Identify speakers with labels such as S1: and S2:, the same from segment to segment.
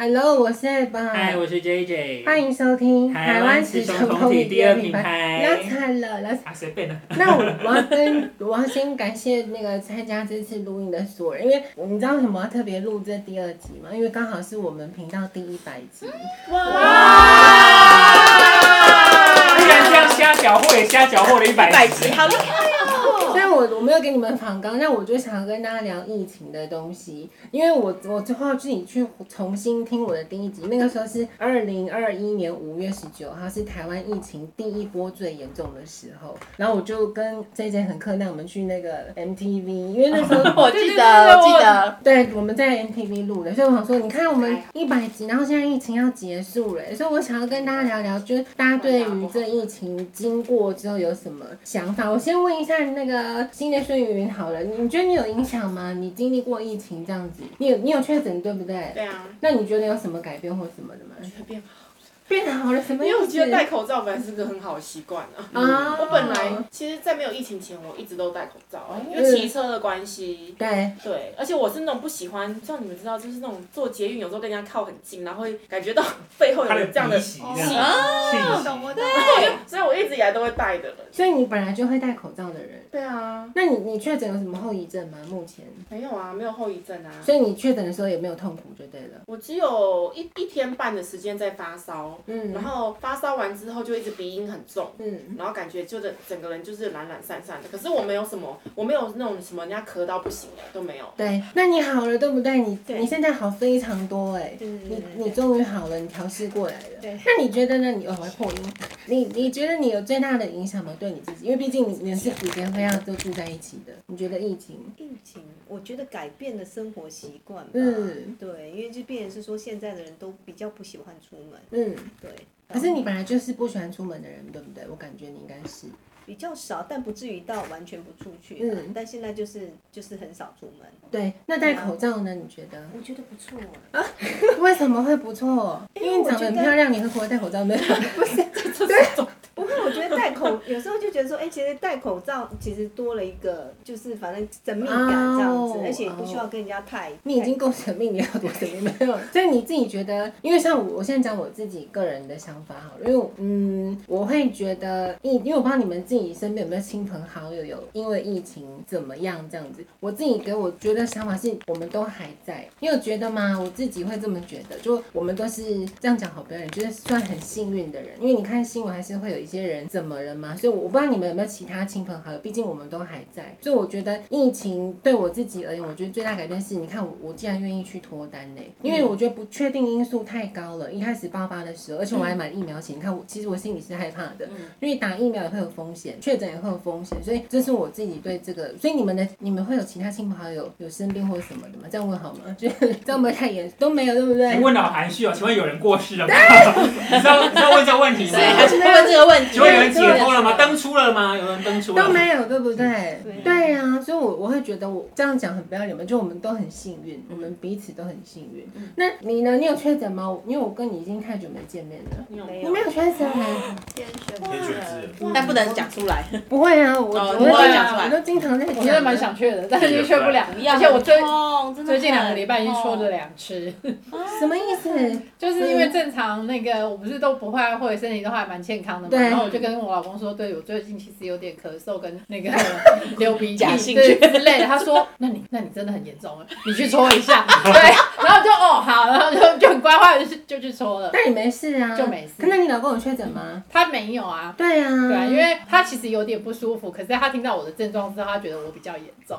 S1: Hello，我是 Ebon，
S2: 嗨，我是 JJ。
S1: 欢迎收听
S2: 台湾
S1: 时
S2: 时
S1: 钟
S2: 钟
S1: 通
S2: 通
S1: 体
S2: 体
S1: 第
S2: 第
S1: 二
S2: 二
S1: 品
S2: 品
S1: 牌。
S2: 牌
S1: 拉惨了，拉惨！
S2: 啊，随便啦。
S1: 那我我要跟我要先感谢那个参加这次录音的所有人，因为你知道为什么要特别录这第二集吗？因为刚好是我们频道第一百集。
S2: 居然啊这样瞎搅和，也瞎搅和了一百
S3: 百集，好厉害！。
S1: 虽然我我没有给你们访纲，但我就想要跟大家聊疫情的东西，因为我我最后自己去重新听我的第一集，那个时候是二零二一年五月十九号，是台湾疫情第一波最严重的时候，然后我就跟 J J 很客带我们去那个 MTV，因为那时候
S3: 我记得，我记得，
S1: 对，我们在 MTV 录的，所以我想说，你看我们一百集，然后现在疫情要结束了，所以我想要跟大家聊聊，就是大家对于这疫情经过之后有什么想法？我先问一下那个新的孙云好了，你觉得你有影响吗？你经历过疫情这样子，你有你有确诊对不对？
S4: 对啊，
S1: 那你觉得有什么改变或什么的吗？
S4: 随便吧
S1: 变好了什
S4: 因
S1: 么意思？
S4: 为我觉得戴口罩本来是个很好的习惯啊。
S1: 啊，
S4: 我本来其实，在没有疫情前，我一直都戴口罩啊，因为骑车的关系。
S1: 对
S4: 对，而且我是那种不喜欢，像你们知道，就是那种坐捷运有时候跟人家靠很近，然后会感觉到背后有
S2: 他的
S4: 人这样的
S2: 鼻
S4: 气
S2: 息，
S4: 息，
S5: 哦
S2: 气息。
S3: 我懂。
S4: 所以我一直以来都会戴的人。
S1: 所以你本来就会戴口罩的人，
S4: 对啊，
S1: 那你你确诊有什么后遗症吗？目前？
S4: 没有啊，没有后遗症啊。
S1: 所以你确诊的时候也没有痛苦就对了。
S4: 我只有一一天半的时间在发烧，
S1: 嗯
S4: 然后发烧完之后就一直鼻音很重，
S1: 嗯，
S4: 然后感觉就整整个人就是懒懒散散的。可是我没有什么，我没有那种什么人家咳到不行的都没有。
S1: 对，那你好了对不对？你
S3: 对
S1: 你现在好非常多哎、你你终于好了，你调试过来了。
S3: 对，
S1: 那你觉得呢？你哦，我还破音。你你觉得你有最大的影响吗？对你自己，因为毕竟你你们是古典非要都住在一起的，你觉得疫情？
S6: 疫情，我觉得改变了生活习惯吧。
S1: 嗯
S6: 对，因为就变成是说，现在的人都比较不喜欢出门。
S1: 嗯，
S6: 对，
S1: 可是你本来就是不喜欢出门的人，对不对？我感觉你应该是。
S6: 比较少，但不至于到完全不出去。
S1: 嗯
S6: 嗯，但现在就是就是很少出门。
S1: 对，那戴口罩呢？你觉 得
S6: 我觉得不错啊。
S1: 为什么会不错？因为你长得很漂亮，你何苦会戴口罩呢？不是，对，
S6: 不会，我觉得戴口有时候就觉得说，哎、其实戴口罩其实多了一个，就是反正神秘感这样子，
S1: 哦
S6: 而且不需要跟人家太。
S1: 你已经够神秘，你要多神秘 没有？所以你自己觉得，因为像我，我现在讲我自己个人的想法好了，因为我嗯，我会觉得疫，因为我不知道你们自己身边有没有亲朋好友有因为疫情怎么样这样子。我自己给我觉得想法是，我们都还在，你有觉得吗？我自己会这么觉得，就我们都是这样讲好不要脸，就是算很幸运的人，因为你看新闻还是会有一些人怎么了嘛，所以我不知道你们有没有其他亲朋好友，毕竟我们都还在，所以我觉得疫情对我自己而言，我觉得最大改变是，你看我我竟然愿意去脱单呢、因为我觉得不确定因素太高了，一开始爆发的时候，而且我还买了疫苗险，你看我其实我心里是害怕的，
S3: 嗯
S1: 因为打疫苗也会有风险，确诊也会有风险，所以这是我自己对这个，所以你们的你们会有其他亲朋好友有生病或者什么的吗？这样问好吗？ 就是这样不会太严，都没有对不对？
S2: 你问的好含蓄哦，请问有人过世了吗？你知道你知道问这个问题吗
S3: 所以？还是会问这个问题。
S2: 请问有人解封了吗？登出了吗？有人登出了
S1: 都
S2: 吗？
S1: 没有，对不对？
S7: 嗯
S6: 对
S1: 对啊，所以我，我会觉得我这样讲很不要脸嘛，就我们都很幸运，
S7: 嗯
S1: 我们彼此都很幸运。那你呢？你有确诊吗？因为我跟你已经太久没见面了。
S4: 你有
S6: 没
S1: 你没有确诊吗？
S8: 天选之
S3: 但不能讲出来。
S1: 不会啊，我、
S3: 哦你
S1: 我
S3: 不会
S1: 会
S3: 讲出来
S1: 我都经常在讲。
S7: 我真的蛮想去的，但是就去不了。而且我最最近两个礼拜已经说了两次，
S1: 什么意思？
S7: 就是因为正常那个我不是都不会，或者身体都还蛮健康的
S1: 对
S7: 嘛。然后我就跟我老公说，对我最近其实有点咳嗽跟那 个流鼻涕
S3: 假性
S7: 对之类的。他说，那你那你真的很严重了， 你去搓一下。 对，然后就哦好，然后就就很乖乖就就去搓了。
S1: 那你没事啊？
S7: 就没事
S1: 那你老公有确诊吗？
S7: 他没有啊。
S1: 对啊。
S7: 对啊，因为他其实有点不舒服，可是他听到我的症状之后，他觉得我比较严重。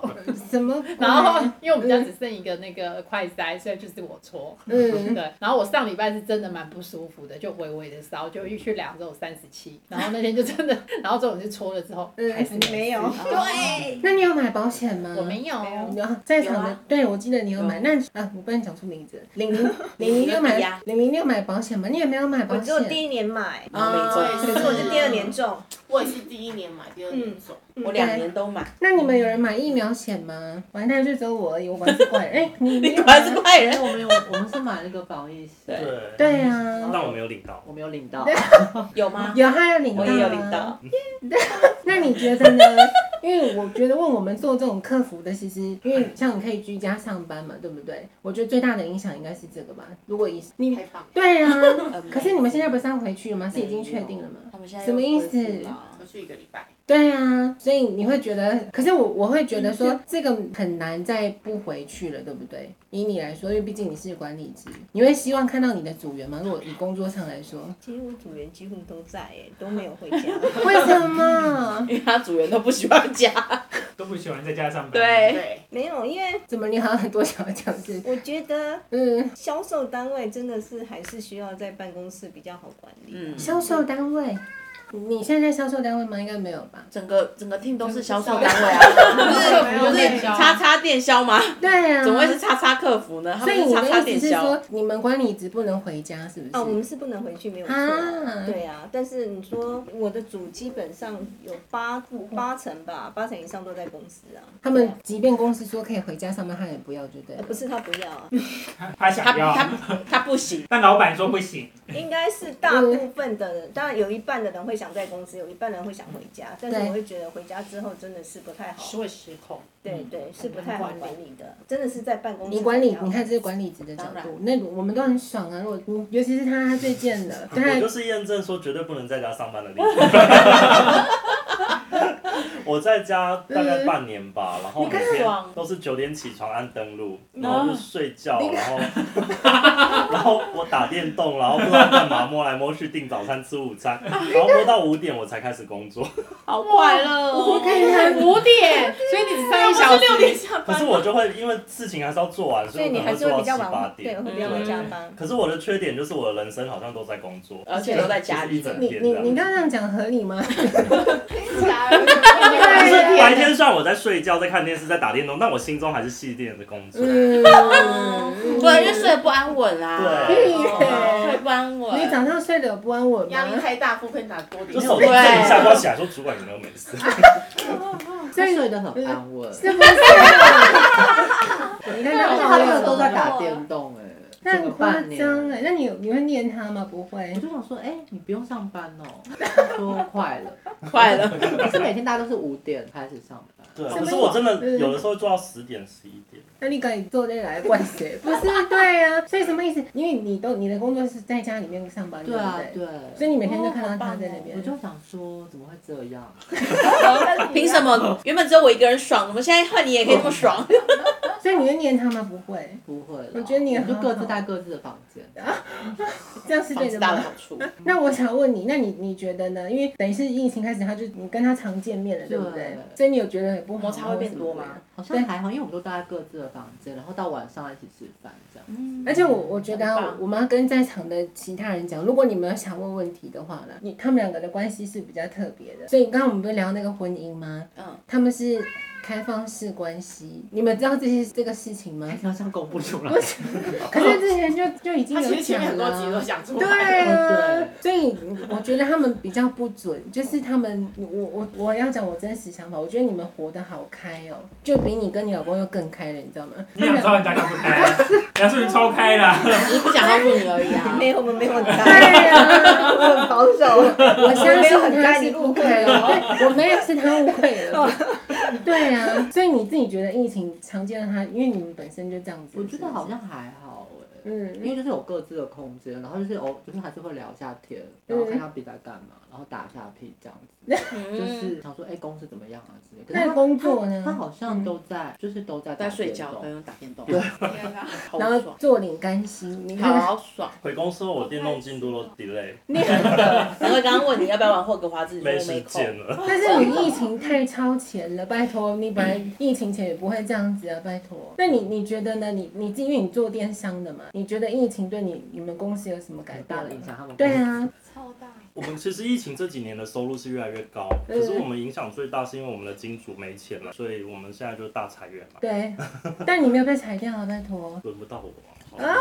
S1: 什么鬼？
S7: 然后因为我们家只剩一个那个快塞，所以就是我搓。
S1: 嗯，
S7: 对，然后我上礼拜是真的蛮不舒服的，就微微的烧，就一去量之后三十七，然后那天就真的，然后这种就搓了之后
S1: 嗯
S7: 还是
S6: 没有，
S3: 对，
S1: 那你有买保险吗？
S7: 我没有，
S6: 没有
S1: 有啊在场的，对我记得你有买，那啊，我不能讲出名字。玲玲，玲玲你有
S3: 有
S1: 买
S3: 呀，
S1: 玲玲你有买保险吗？你也没有买
S6: 我
S1: 保
S6: 只
S1: 险
S6: 有。第一年买，
S1: 哦
S5: 哦
S3: 啊没错
S6: 可是我是第二年中，嗯
S4: 我也是第一年买，第二年送。
S1: 嗯
S3: 我两年都买，
S1: 那你们有人买疫苗险吗？完蛋，就只有我而已，我管是怪人。哎，你你
S3: 你果然是
S1: 有买吗
S3: 怪人。
S9: 哎我们有，我们是买那个保益险，
S8: 对，
S1: 对啊，
S2: 嗯
S8: 但我没有领到。
S9: 我没有领到。
S3: 有吗？
S1: 有还有领到，
S3: 我也有领。到，
S1: 那你觉得呢？ 因为我觉得问我们做这种客服的，其实因为像你可以居家上班嘛，对不对？我觉得最大的影响应该是这个吧。如果以
S3: 嗯
S1: 你
S4: 太棒，
S1: 对 啊，
S3: 呃
S1: 可是你们现在不是要回去了吗？是已经确定了吗？
S3: 他们现在
S1: 什么意思
S3: 又恢复了
S4: 回去一个礼拜。
S1: 对啊，所以你会觉得，可是我我会觉得说这个很难再不回去了，对不对？以你来说，因为毕竟你是管理职，你会希望看到你的组员吗？如果以工作上来 说，
S6: 其实我组员几乎都在哎，都没有 回家。
S1: 为什么？
S3: 因为他主人都不喜欢家。
S2: 都不喜欢在家上班。，
S3: 对，
S4: 对，
S6: 没有，因为
S1: 怎么你好像很多想要讲是，
S6: 我觉得
S1: 嗯，
S6: 销售单位真的是还是需要在办公室比较好管理。
S3: 嗯，
S1: 销售单位，你现在在销售单位吗？应该没有吧？
S3: 整个整个 team 都是销售单位啊，不
S7: 客
S3: 是
S7: 服
S3: 嗯不
S7: 就是内
S3: 叉叉电销吗？
S1: 对啊，
S3: 怎么会是叉叉客服呢？他
S1: 所
S3: 们
S1: 以
S3: 是
S1: 你
S3: 叉叉
S1: 的意
S3: 电
S1: 思是
S3: 销
S1: 说，，你们管理职不能回家，是不是？
S6: 啊，我们是不能回去，没有错
S1: 啊
S6: 啊。对啊，但是你说我的组基本上有八八成吧，八成以上都在公司啊。
S1: 他们即便公司说可以回家上班，他也不要，就对
S6: 呃
S1: 了。
S6: 不是他不要啊，
S2: 他
S3: 他
S2: 想要，
S3: 他他不行，
S2: 但老板说不行。
S6: 应该是大部分的人，当然有一半的人会想在公司，有一半人会想回家，但是
S1: 对
S6: 我会觉得回家之后真的是不太好。
S7: 会失控。
S6: 对对，是不太好管理的，真的是在办公室比
S1: 你
S6: 较好。
S1: 管理，你看这是管理职的角
S3: 当然
S1: 度，那我们都很爽啊！如果嗯尤其是他，他最贱了，对
S8: 我
S1: 他
S8: 就是验证说绝对不能在家上班的例子。我在家大概半年吧，然后每天都是九点起床按登录，
S6: 嗯
S8: 然后就睡觉，
S6: 哦
S8: 然后然后 我打电动，然后不知道干嘛，摸来摸去订早餐、吃午餐，然后摸到五点我才开始工作。
S3: 好快乐
S7: 我
S3: 哦。
S7: 看五点，所以你只上一小时。六点下
S8: 可是我就会因为事情还是要做完，所
S6: 所
S8: 以
S6: 以
S8: 我
S6: 你
S8: 可
S6: 还
S8: 能
S6: 是会
S8: 做到
S6: 比较
S8: 七八
S6: 晚，对，
S8: 点
S6: 我。会比较晚嗯加 班。
S8: 可是我的缺点就是我的人生好像都在工作，
S3: 而且都在家里
S8: 一整
S1: 你
S8: 天
S1: 你
S8: 这样
S1: 你刚刚这样讲合理吗？
S8: 不是
S7: 班。
S8: 白天虽然我在睡觉、在看电视、在打电动，但我心中还是系列的工作。
S1: 嗯，
S3: 对，因为睡得不安稳啦，
S8: 对
S3: 哦睡不安稳。
S1: 你早上睡得有不安稳
S4: 压力
S1: 吗？
S4: 太大，副片打多点。
S8: 就手机震一下，就要起来说主管有没有没事？
S1: 所以呃
S9: 睡得很安稳，
S1: 是不是？你看
S9: 但
S1: 他
S9: 是他
S1: 好
S9: 们
S1: 累
S9: 都
S1: 哦
S9: 在打电动哎、
S1: 那
S9: 整
S1: 很
S9: 个
S1: 夸
S9: 半
S1: 张
S9: 年。
S1: 哎，那你有你会念他吗？不会
S9: 我，就想说，哎、你不用上班哦，他说快了。
S3: 快了，
S9: 可是每天大家都是五点开始上班，
S8: 对，
S1: 什么
S8: 可是我真
S6: 嗯
S8: 的有的时候做到十点、十一点。
S1: 那你敢坐在来怪谁？不是对啊，所以什么意思？因为你都你的工作是在家里面上班，
S9: 对
S1: 不
S9: 啊，
S1: 对？所
S9: 对。
S1: 以你每天都看到他在那边
S9: 哦我，就想说，怎么会这样？
S3: 凭什么？原本只有我一个人爽，怎么现在换你也可以这么爽？
S1: 所以你会念他吗？不会，
S9: 不会啦，
S1: 我觉得你
S9: 我
S1: 很
S9: 们就
S1: 好
S9: 各自带各自的房间。
S1: 这样是
S3: 房
S1: 对
S3: 子
S1: 的
S3: 大的
S1: 吗？
S3: 好处，
S1: 那我想问你，那你你觉得呢？因为等于是疫情开始，他就你跟他常见面了，对不对？
S9: 对
S1: 所以你有觉得很不好
S3: 摩擦会变多吗？
S9: 好像还好，因为我们都待在各自的房间，然后到晚上一起吃饭这样。
S1: 而且我我觉得啊、
S3: 很棒
S1: 我们要跟在场的其他人讲，如果你们有想问问题的话呢，你他们两个的关系是比较特别的。所以刚刚我们不是聊那个婚姻吗？
S3: 嗯，
S1: 他们是开放式关系，你们知道这些这个事情 吗
S9: 哎？好像公布出来，
S1: 可是之前就就已经
S4: 他其
S1: 有
S4: 实前
S1: 讲
S4: 面很多集
S1: 了啊
S4: 都。讲出来。
S1: 对啊
S9: 哦，
S1: 所以我觉得他们比较不准，就是他们，我我我要讲我真实想法，我觉得你们活得好开哦，就比你跟你老公又更开了，你知道吗？
S2: 你想超人家看不开，梁淑云超开啦。
S3: 你不想要问你而已 啊。
S6: 没有，我们没有很
S1: 对 啊
S6: 大，
S1: 呀、
S6: 我们很保守。
S1: 我相信他是
S6: 误
S1: 误
S6: 会
S1: 会了，对我没有是他误会了，对呀、啊，所以你自己觉得疫情常见到他，因为你们本身就这样子，
S9: 我觉得
S1: 是不是
S9: 好，像还好哎、因
S1: 嗯，
S9: 为就是有各自的空间，然后就是偶就是还是会聊一下天，然后看一下彼此在干嘛，然后打一下屁这样子，就
S3: 嗯，
S9: 是想说哎、公司怎么样啊之类的。可
S1: 那
S9: 是
S1: 工作
S9: 他他
S1: 呢，
S9: 好像都在，就是都在打
S3: 在睡
S9: 电
S3: 觉，
S9: 动
S3: 不用打电动。
S9: 对
S3: 天哪，好
S1: 然后
S3: 爽，
S1: 做领干心，你看
S3: 好爽。
S8: 回公司后我电动进度
S6: 嗯
S8: 都 delay，
S1: 你很。
S3: 然后刚刚问你要不要玩霍格华兹，你说
S8: 没
S3: 我
S8: 时
S3: 没空。
S8: 间了。
S1: 但是你疫情太超前了，拜托，你本来疫情前也不会这样子啊，拜托。那你你觉得呢？你你因为你做电商的嘛，你觉得疫情对你你们公司有什么改
S9: 很
S1: 变
S9: 大的
S1: 吗
S9: 影响他们。
S1: 对，啊，
S7: 超大。
S8: 我们其实疫情这几年的收入是越来越高，可
S1: 嗯
S8: 是我们影响最大是因为我们的金主没钱了，所以我们现在就大裁员嘛，
S1: 对，但你没有被裁掉啊，拜托。
S8: 轮不到我啊。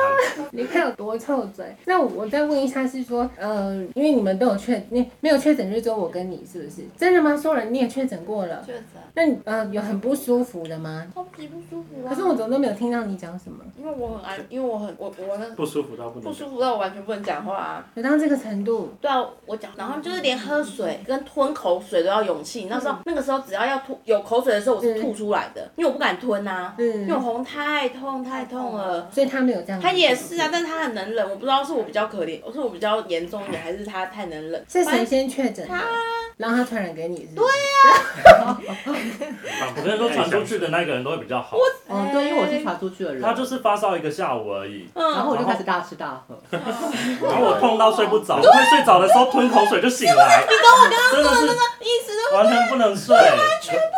S1: 你看有多臭嘴。那我再问一下，是说，呃，因为你们都有确，你没有确诊就只有我跟你，是不是？真的吗？说人你也确诊过了，
S3: 确诊，
S1: 那你呃有很不舒服的吗？
S3: 超级不舒服啊。
S1: 可是我怎么都没有听到你讲什么，
S3: 因为我很安，因为我很我我那
S2: 不舒服到不
S3: 不
S2: 能。
S3: 舒服到我完全不能讲话啊。
S1: 有到这个程度，
S3: 对啊，我讲，然后就是连喝
S2: 嗯
S3: 水跟吞口水都要勇气。那时候、那个时候只要要吐有口水的时候，我是吐出来的，
S2: 嗯
S3: 因为我不敢吞啊，因为我
S1: 嗯，
S3: 喉咙太痛太痛
S2: 哦
S3: 了。
S1: 所以他没有这样，
S3: 他也是啊，但是他很能忍，我不知道是我比较可怜，是我比较严重一点，还是啊他太能忍。
S1: 是
S3: 反
S1: 谁
S3: 正
S1: 先确诊的？然后他传染给你是不是？
S8: 我跟你说，传出去的那个人都会比较好。
S9: 哦，对，因为我是传出去的人，
S8: 他就是发烧一个下午而已，
S9: 然后我
S3: 嗯，
S9: 就开始大吃大喝，
S8: 然后我痛到睡不着，我快睡着的时候吞口水就醒来。你懂我刚刚说的那个意思完全不能睡。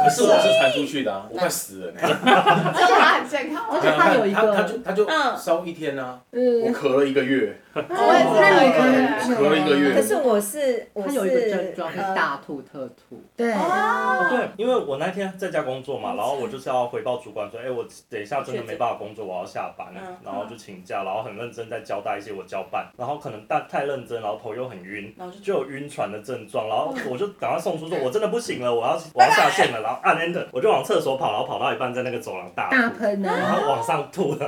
S10: 可是我是传出去的、啊，我快死了、欸。
S6: 而且他很健康。
S9: 而且他有一
S10: 他他就
S9: 个，
S10: 他就
S3: 嗯
S10: 烧一天啊，我
S1: 嗯，
S10: 咳了一个 月，
S6: 我也是
S1: 那你
S6: 可
S1: 可
S6: 以
S1: 能
S6: 啊
S1: 很久
S10: 隔了一个月
S6: 可是我是我
S9: 他
S6: 是
S9: 有一个症状是
S6: 呃
S9: 大吐特吐，
S1: 对，
S3: 哦
S8: 对，因为我那天在家工作嘛，然后我就是要回报主管说，哎、我等一下真的没办法工作，我要下班，
S3: 嗯
S8: 然后就请假，然后很认真在交代一些我交办，然后可能太太认真，然后头又很晕，
S3: 然后就
S8: 就有晕船的症
S3: 嗯
S8: 状，然后我就赶快送出说，我真的不行了，我要我要下 线了，然后按 enter，我就往厕所跑，然后跑到一半在那个走廊大
S1: 大
S8: 吐，
S1: 喷
S8: 然
S1: 啊，
S8: 后往上吐 了，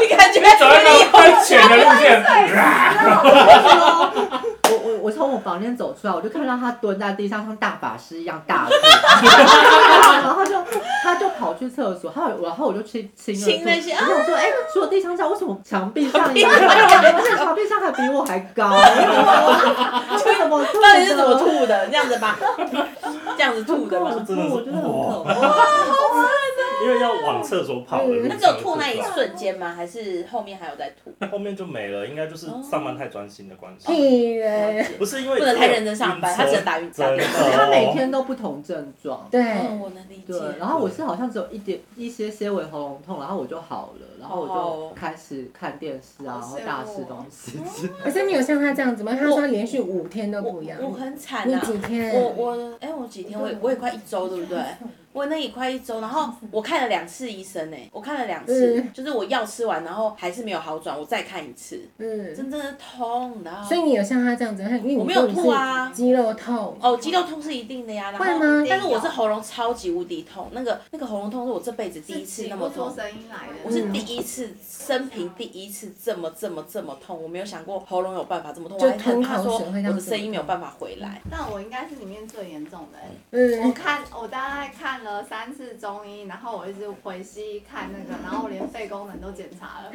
S3: 你感觉
S2: 走一个喷泉的路线，
S9: 我我我从我房间走出来，我就看到他蹲在地上，像大法师一样大吐， 然后他就他就跑去厕所，他有然后我就去亲了
S3: 亲那些
S9: 然后我说，哎，除了地上上，为什么墙壁上也有？而且墙壁上还比我还高，啊为什么？
S3: 到底是怎么？吐的？这样子 吧，这样子吐的吧。
S8: 真的是
S9: 我觉得很
S8: 哇
S9: 可怕。
S8: 因为要往厕所跑的路
S3: 啊嗯
S8: 上
S3: 那只有吐
S8: 就
S3: 那
S8: 是
S3: 一
S8: 这样
S3: 瞬间吗？还是后面还有在吐？
S8: 后面就没了，应该就是上班太专心的关系。
S3: 嗯
S1: 屁
S2: 哎
S1: 嘞，
S8: 不是因为
S3: 不能太认真上班
S8: 晕车
S3: 他只能打晕
S8: 真的
S9: 他每天都不同症状。
S1: 对，
S3: 嗯，我能理解。
S9: 对，然后我是好像只有一点一些些微喉咙痛，然后我就好了，然后我
S4: 哦
S9: 就开始看电视啊，然后大吃东西。
S1: 可是你有像他这样子吗？他说他连续五天都
S3: 我
S1: 不一样，
S3: 我很惨
S1: 你
S3: 啊！
S1: 几天？
S3: 我我哎，我几天我也我也快一周，对不对？
S1: 嗯
S3: 我那也快一周，然后我看了两次医生呢，我看了两次，
S1: 嗯
S3: 就是我药吃完，然后还是没有好转，我再看一次，
S1: 嗯，
S3: 真的是痛的啊。
S1: 所以你有像他这样子，因为你
S3: 我没有
S1: 说你是
S3: 吐啊
S1: 肌肉痛，
S3: 哦，肌肉痛是一定的呀，然后
S1: 会吗
S3: 但是我是喉咙超级无敌痛，那个那个喉咙痛是我这辈子第一次那么痛，
S6: 声音来的
S3: 我是第一次，生平第一次这么这么这么痛，我没有想过喉咙有办法这么痛，
S1: 就
S3: 我还很怕
S1: 吞
S3: 说
S1: 口水会让
S3: 我的声音没有办法回来。
S11: 但我应该是里面最严重的欸、我
S3: 哦
S1: 嗯，
S11: 看我大概看了三次中医，然后我一直回西医看那个，然后我连肺功能都检查了，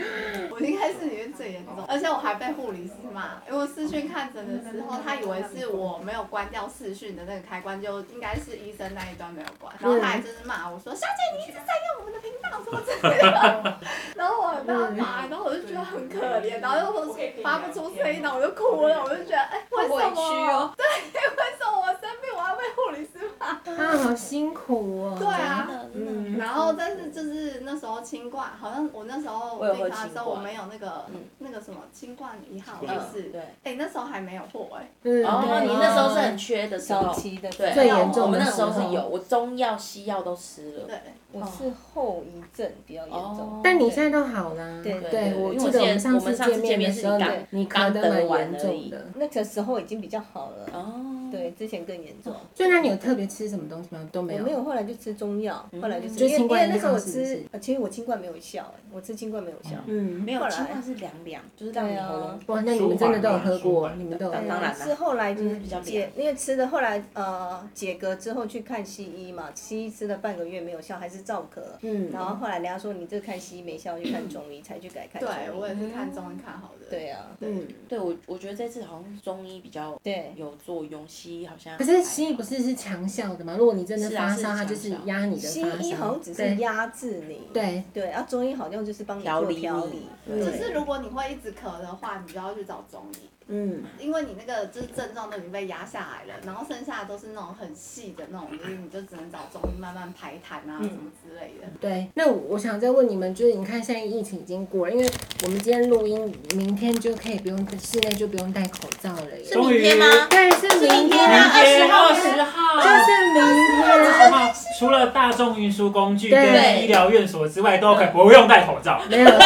S11: 我应该是里面最严重，而且我还被护理师骂，因为我视讯看诊的时候，他以为是我没有关掉视讯的那个开关，就应该是医生那一端没有关，然后他还就是骂我说：“小姐，你一直在用我们的频道，什么之类的。”然后我很怕骂，然后我就觉得很可怜，然后又发不出声音，然后哎我就哭了，我就觉得哎、为什
S3: 哦
S11: 么？对，为什么我生病我要被护理师骂？
S1: 他好辛苦哦。
S11: 对啊，
S1: 嗯，
S11: 然后但是就是那时候清冠，好像我那时候
S3: 我有喝
S11: 病发的时候
S3: 清
S11: 我
S3: 冠
S11: 没有那个
S3: 嗯
S11: 那个什么清冠一号，就
S3: 嗯，
S11: 是
S3: 对。
S11: 哎那时候还没有货哎，
S1: 嗯，
S3: 然后
S1: 对
S3: 哦你那时候是很缺的时候，
S7: 期的
S3: 对，
S1: 最严
S3: 我
S1: 重
S3: 们
S1: 的
S3: 那
S1: 时
S3: 时
S1: 候
S3: 候是有，我中药西药都吃了。
S11: 对，
S5: 我是后遗症比较严重。
S3: 哦
S1: 但你现在都好啦。
S5: 对
S3: 对
S1: 对，
S3: 对
S1: 我
S3: 因为
S1: 记得
S3: 我
S1: 我
S3: 们
S1: 们
S3: 上
S1: 上
S3: 次
S1: 次
S3: 见
S1: 面
S3: 面
S1: 的
S3: 是
S1: 时候，
S3: 刚
S1: 对你咳得蛮严
S3: 刚得完而
S1: 重
S3: 已
S1: 的。
S5: 那个时候已经比较好了，
S3: 哦，
S5: 对，之前更严重。
S1: 所以那你有特别吃什么东西吗？都没
S5: 我
S1: 有。
S5: 没有，后来就吃中药，后来就
S1: 就
S5: 吃，因为
S1: 清
S5: 因
S1: 冠
S5: 为
S1: 一
S5: 那时候
S1: 号
S5: 我
S1: 是不是
S5: 吃，呃其实我清冠没有效，哎我吃清冠没有效。
S1: 嗯，
S3: 没有
S5: 后，来
S3: 清冠是凉凉，就是让你
S1: 啊
S3: 喉咙
S1: 哇，那你们真的都有喝过，你们都有
S5: 对啊
S3: 啊当然啦
S5: 是后来就
S3: 嗯
S5: 是
S3: 比较
S5: 解
S3: 凉，
S5: 因为吃的后来呃解隔之后去看西医嘛，西医吃了半个月没有效，还是燥咳。
S1: 嗯
S5: 然后后来人家说你这看西医没效，去看中医才去改看中
S11: 对我
S5: 医。
S11: 也是看中医看好的，
S5: 对啊，
S1: 嗯。
S3: 对我，我觉得这次好像中医比较
S5: 对，
S3: 有作用，西医好像
S1: 可是西医不是是强效的吗？如果你真的
S3: 是啊
S1: 发
S3: 是
S1: 烧，它就是
S3: 强效
S1: 压你的
S5: 西
S1: 发烧。
S5: 医好像只是
S1: 对
S5: 压制你，
S1: 对，
S5: 对，啊中医好像就是帮你
S3: 调
S5: 做
S3: 理
S5: 调
S3: 你
S5: 理，
S1: 嗯
S11: 只
S5: 对。
S11: 是如果你会一直咳的话，你就要去找中医，
S1: 嗯，
S11: 因为你那个就是症状都已经被压下来了，然后剩下的都是那种很细的那种，就是你就只能找中医慢慢排痰啊
S3: 嗯
S11: 什么之类的。
S1: 对。那我我想再问你们，就是你看现在疫情已经过了，因为我们今天录音，明天就可以不用室内就不用戴口罩了耶。
S3: 是明天吗？
S1: 对，是明
S3: 明
S1: 天
S3: 天啊，
S1: 啊，
S3: 二十号，
S2: 十号
S1: 就是明天。啊
S2: 除了了大众运输工具
S1: 对
S2: 跟医疗院所之外，都可以不用戴口罩。
S1: 没有错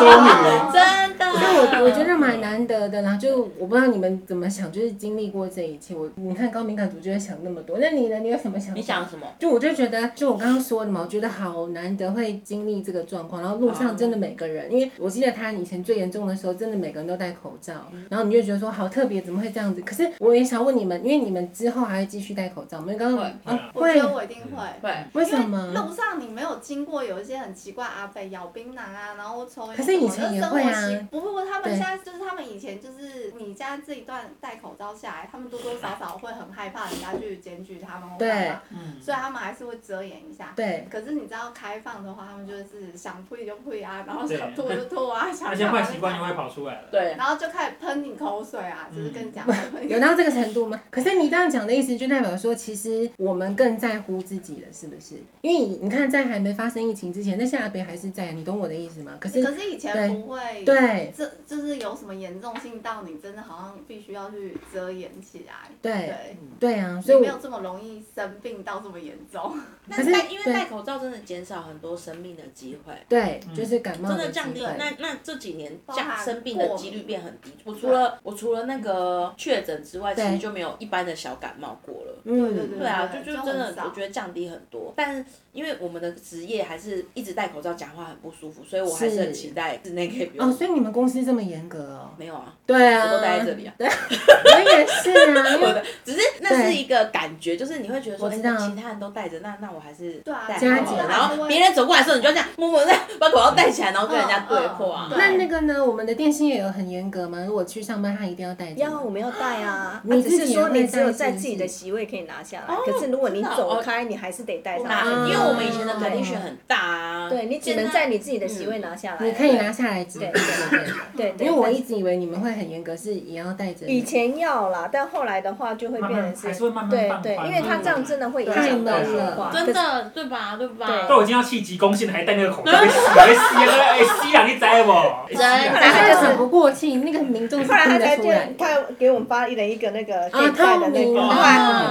S2: 终于了
S3: 真的。啊
S1: 所以我我觉得蛮难得的啦，就我不知道你们怎么想，就是经历过这一切，我你看高敏感族就会想那么多，那你呢？你有什么想？
S3: 你想什么？
S1: 就我就觉得，就我刚刚说的嘛，我觉得好难得会经历这个状况，然后路上真的每个人，因为我记得他以前最严重的时候，真的每个人都戴口罩，
S3: 嗯
S1: 然后你就觉得说好特别，怎么会这样子？可是我也想问你们，因为你们之后还会继续戴口罩吗？因为刚刚啊
S11: 我觉得我一定会，
S3: 对
S1: 为什么
S11: 路上你没有经过有一些很奇怪阿北咬槟榔啊，然后抽烟什么的，
S1: 可是以前也会啊
S11: 生活习不不不，他们
S1: 对
S11: 现在就是他们以前就是你家这一段戴口罩下来，他们多多少少会很害怕人家去检举他们或
S1: 对
S11: 干嘛，
S3: 嗯
S2: 嗯
S11: 所以他们还是会遮掩一下。
S1: 对
S11: 可是你知道开放的话，他们就是想吐就吐啊，然后
S2: 对
S11: 想吐就吐啊，想
S2: 而且
S11: 干嘛
S2: 坏
S11: 就
S2: 习惯又会跑出来了。
S3: 对，
S11: 然后就开始喷你口水啊，就是跟你
S1: 嗯
S11: 讲喷你
S1: 有到这个程度吗？可是你这样讲的意思，就代表说，其实我们更在乎自己了，是不是？因为你你看，在还没发生疫情之前，那夏北还是在，你懂我的意思吗？可是
S11: 可是以前不会，
S1: 对对
S11: 这就是有什么严重性到你真的好像必须要去遮掩起来，
S1: 对
S11: 对，
S1: 对啊，所
S11: 所
S1: 以
S11: 以
S1: 我
S11: 没有这么容易生病到这么严重。
S3: 那戴因为戴口罩真的减少很多生病的机会。
S1: 对，就是感冒
S3: 真的
S1: 机
S3: 降低了
S1: 会。
S3: 那那这几年
S11: 包
S3: 降
S11: 含
S3: 生病的
S11: 过
S3: 几
S11: 敏
S3: 率变很低。我除了我除了那个确诊之外，其
S1: 对
S3: 实就没有一般的小感冒过了。
S1: 嗯
S11: 对对
S3: 对啊，就
S11: 对
S3: 就
S11: 就
S3: 真的
S11: 很少
S3: 我觉得降低很多，但因为我们的职业还是一直戴口罩讲话很不舒服，所以我还是很
S1: 是
S3: 期待室内可以不用。
S1: 哦，所以你们公司这么严格哦？
S3: 没有啊，
S1: 对啊，
S3: 我都待在这里啊。
S1: 对，我也是啊，因 为
S3: 只是那是一个感觉，就是你会觉得说，
S1: 我
S3: 哎
S1: 知道
S3: 其他人都戴着，那那我还是
S11: 对啊
S3: 戴
S1: 加
S3: 好
S1: 紧
S3: 了。然后别人走过来的时候，你就这样默默的把口罩戴起来，然后跟人家对话。
S1: 那那个呢？我们的电信也有很严格吗？如果去上班，他一定要戴着吗。
S5: 要我们要戴啊，
S1: 你
S5: 啊只
S1: 自己
S5: 是
S1: 也
S5: 说
S1: 会
S5: 你只有
S1: 戴是
S5: 在
S1: 不
S5: 自己的
S1: 是
S5: 席位可以拿下来，可是如果你
S3: 真的哦
S5: 走开，你还是得戴上
S3: 那
S5: 去。
S1: 嗯
S5: 嗯
S3: 因为我们以前的
S5: 对
S3: condition 很大啊，
S5: 嗯
S3: 嗯
S5: 对你只
S3: 现
S5: 能在你自己的席位拿下来。
S1: 你可以拿下来指
S5: 啊对
S1: 对不对
S5: 对
S1: 因
S5: 对，
S1: 为我
S5: 但
S1: 一直以为你们会很严格，是也要戴着。
S5: 以前要啦，但后来的话就会变
S2: 慢慢
S5: 成
S2: 还是会慢慢放
S5: 对
S2: 慢
S5: 对，因
S2: 慢
S5: 为他这样真的会影响到说话。
S3: 真的对吧？对吧？
S2: 都已经要气急攻心了，还戴那个口罩，会死会死啊！哎，死啊！你摘 我，
S3: 真的
S1: 他就喘不过气，那个民众是
S5: 后来
S1: 听
S5: 他
S1: 得
S5: 才
S1: 出
S5: 就
S1: 来的。
S5: 他给我们发一人一个那个
S1: 啊
S5: 电饭的那
S1: 透明啊
S5: 个，
S1: 的
S5: 后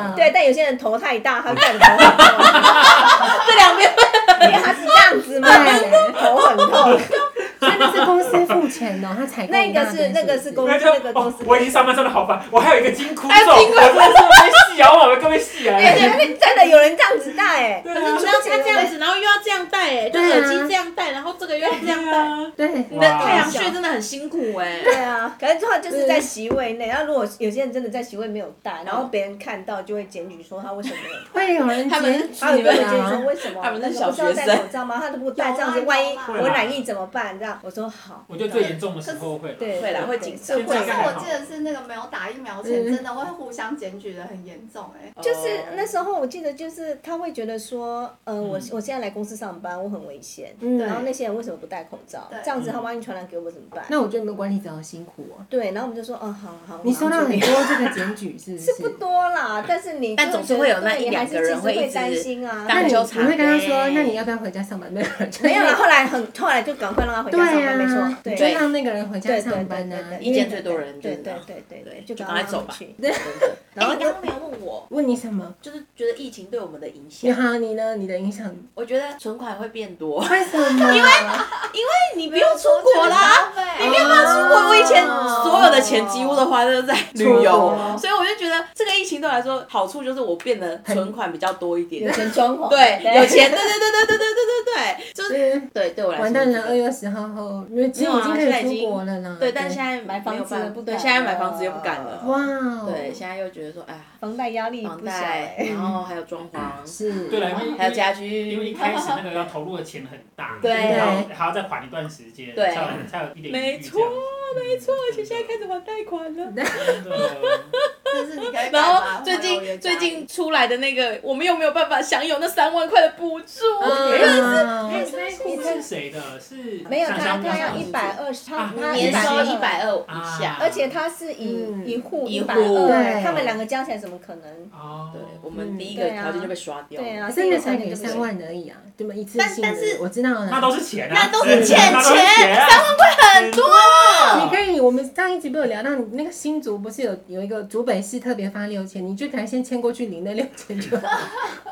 S5: 来对，但有些人头太大，他干头很
S3: 这两边
S5: 痛，因为他是这样子嘛，头很痛。
S1: 所以那是公司付钱的，他采购
S5: 那
S1: 一大
S5: 个
S1: 堆
S5: 是那个
S1: 是
S5: 是
S1: 不
S5: 公司那个公司
S2: 哦，我已经上班上的好烦，我还有一个金箍咒，
S3: 哎
S2: 我真的是被戏啊，我被各位戏 啊！
S5: 哎，对面真的有人这样子戴哎，
S3: 可是你知道他这样子，然后又要这样戴、哎，就
S1: 对啊
S3: 耳机这样戴，然后这个又要这样戴，
S1: 是对
S3: 你的
S2: 哇
S3: 太阳穴真的很辛苦哎、
S5: 对啊，可是的话就是在席位内，然后如果有些人真的在席位没有戴，
S3: 嗯
S5: 然后别人看到就会检举说他为什么 没有戴。
S1: 会有人啊
S3: 他们啊
S1: 检
S5: 他
S1: 举
S5: 有没有检举
S1: 的
S5: 说为什么？
S3: 他们是
S5: 那个
S3: 小
S5: 不要
S3: 学
S5: 戴
S3: 生
S5: 口罩吗？他都不戴
S11: 有啊
S5: 这样子，万一
S11: 有啊
S5: 我染疫怎么办？这样我说好，
S2: 我觉得最严重的时候会了，
S5: 对
S3: 会啦
S5: 对
S3: 会
S5: 对
S3: 紧
S5: 这
S2: 张
S5: 会
S11: 可
S2: 这
S11: 是
S2: 样
S11: 我记得是那个没有打疫苗前，
S1: 嗯
S11: 真的会互相检举的很严重哎、
S3: 哦
S5: 就是那时候，我记得就是他会觉得说，呃，我
S3: 嗯
S5: 我现在来公司上班，我很危险，
S1: 嗯
S5: 然后那些人为什么不戴口罩
S11: 对？
S5: 这
S3: 嗯
S5: 样子他万一传染给我怎么办？
S1: 那我觉得你们管理者好辛苦哦。
S5: 对，然后我们就说，哦，好了好了，
S1: 你收到
S5: 我
S1: 很
S5: 们
S1: 多
S5: 注意
S1: 这个检举是不是？
S5: 是不多啦，但是你
S3: 但
S5: 就
S3: 总是
S5: 觉得
S3: 会有那
S5: 对
S3: 一
S5: 你
S3: 两
S5: 还是
S3: 个人
S5: 其实
S3: 会一
S5: 会
S3: 直
S5: 担心啊，
S1: 那
S3: 当
S1: 你
S3: 纠
S1: 你
S3: 察
S1: 会跟他说，
S3: 呗
S1: 那你要不要回家上班？没有人就是
S5: 没有啦，后来很后来就赶快让他回家上班，没
S1: 对
S5: 错
S1: 啊，，
S5: 对
S1: 就
S5: 对
S1: 让那个人回家
S5: 对
S1: 上
S5: 对
S1: 班
S5: 对
S1: 啊
S5: 对，。
S3: 意见最多人就
S5: 对
S3: 是
S5: 对对对对，
S3: 就
S5: 赶
S3: 赶快
S5: 快
S3: 走吧
S5: 去。
S3: 真的。 然
S5: 然后
S3: 后哎你刚刚没有问我，
S1: 问你什么？
S3: 就是觉得疫情对我们的影
S1: 你
S3: 响，
S1: 好，你呢？你的 影响？
S3: 我觉得存款会变多，
S1: 为什么？因为
S3: 你不用出国啦。你 没有办法出国，我以前所有的钱几乎都花都在 旅
S1: 出
S3: 游
S1: 国，
S3: 所以我就觉得这个疫情对我来说好处就是我变得存款比较多一
S5: 有
S3: 点，
S5: 钱装潢，
S3: 对，有钱，对对对对对对对对对，就是对对我来说
S1: 完蛋
S3: 就
S1: 了，
S3: 是
S1: 二月十号后，因为其实
S3: 没有啊
S1: 已经
S3: 现
S1: 可
S3: 在已
S1: 以出
S3: 经
S1: 国了啦。
S3: 哎对，但现在
S5: 买房子
S3: 没
S5: 了
S3: 有办
S5: 不
S3: 对，
S5: 敢
S3: 现在买房子又不敢了。
S1: 哇哦，
S3: 对，现在又觉得说，哎呀，
S5: 房贷压力
S3: 房
S5: 不小
S3: 贷，
S5: 哎。
S3: 然后还有装潢，
S1: 是，
S2: 对了，因为
S3: 还有家
S2: 因为一
S3: 居，
S2: 开始那个要投入的钱很大，
S3: 对
S2: 然后还要再缓一段时间，
S3: 对
S2: 才有才有一点
S3: 没
S2: 余裕这
S3: 错
S2: 样嗯
S3: 没错，而且现在开始还贷款 了。哦
S2: 真的
S11: 但是你可以改
S3: 然
S11: 吧
S3: 后最
S11: 我有约
S3: 近
S11: 家
S3: 最
S11: 里
S3: 近出来的那个，我们又没有办法享有那三万块的补助，
S5: 嗯
S1: 啊
S2: 哎，那一股是谁的？是
S5: 没有
S2: 想
S5: 他，
S2: 象不
S5: 他要
S2: 到
S5: 一百二十，啊他
S2: 啊
S5: 他
S3: 年收
S5: 120
S3: 一，百二以下。
S5: 而且他是以
S1: 嗯
S5: 一户
S3: 一
S5: 一
S3: 户
S5: 百
S1: 对
S5: 二，他们两个加起来怎么可能？
S2: 哦，
S3: 对，我
S1: 嗯
S3: 们第一个
S5: 对啊
S3: 条件就被刷掉了。
S5: 对啊，
S1: 真的才
S5: 三
S1: 给
S5: 个
S1: 三，万而已啊，对吗？一次
S3: 但
S1: 性的，
S3: 但是
S1: 我知道了。
S2: 那都是钱啊，
S3: 那都是钱
S2: 那都是钱，啊三万块很多。
S1: 你可以，我们上一集不是有聊到你那个新竹不是有有一个竹北市特别发六千，你就赶快先签过去领那六千就好。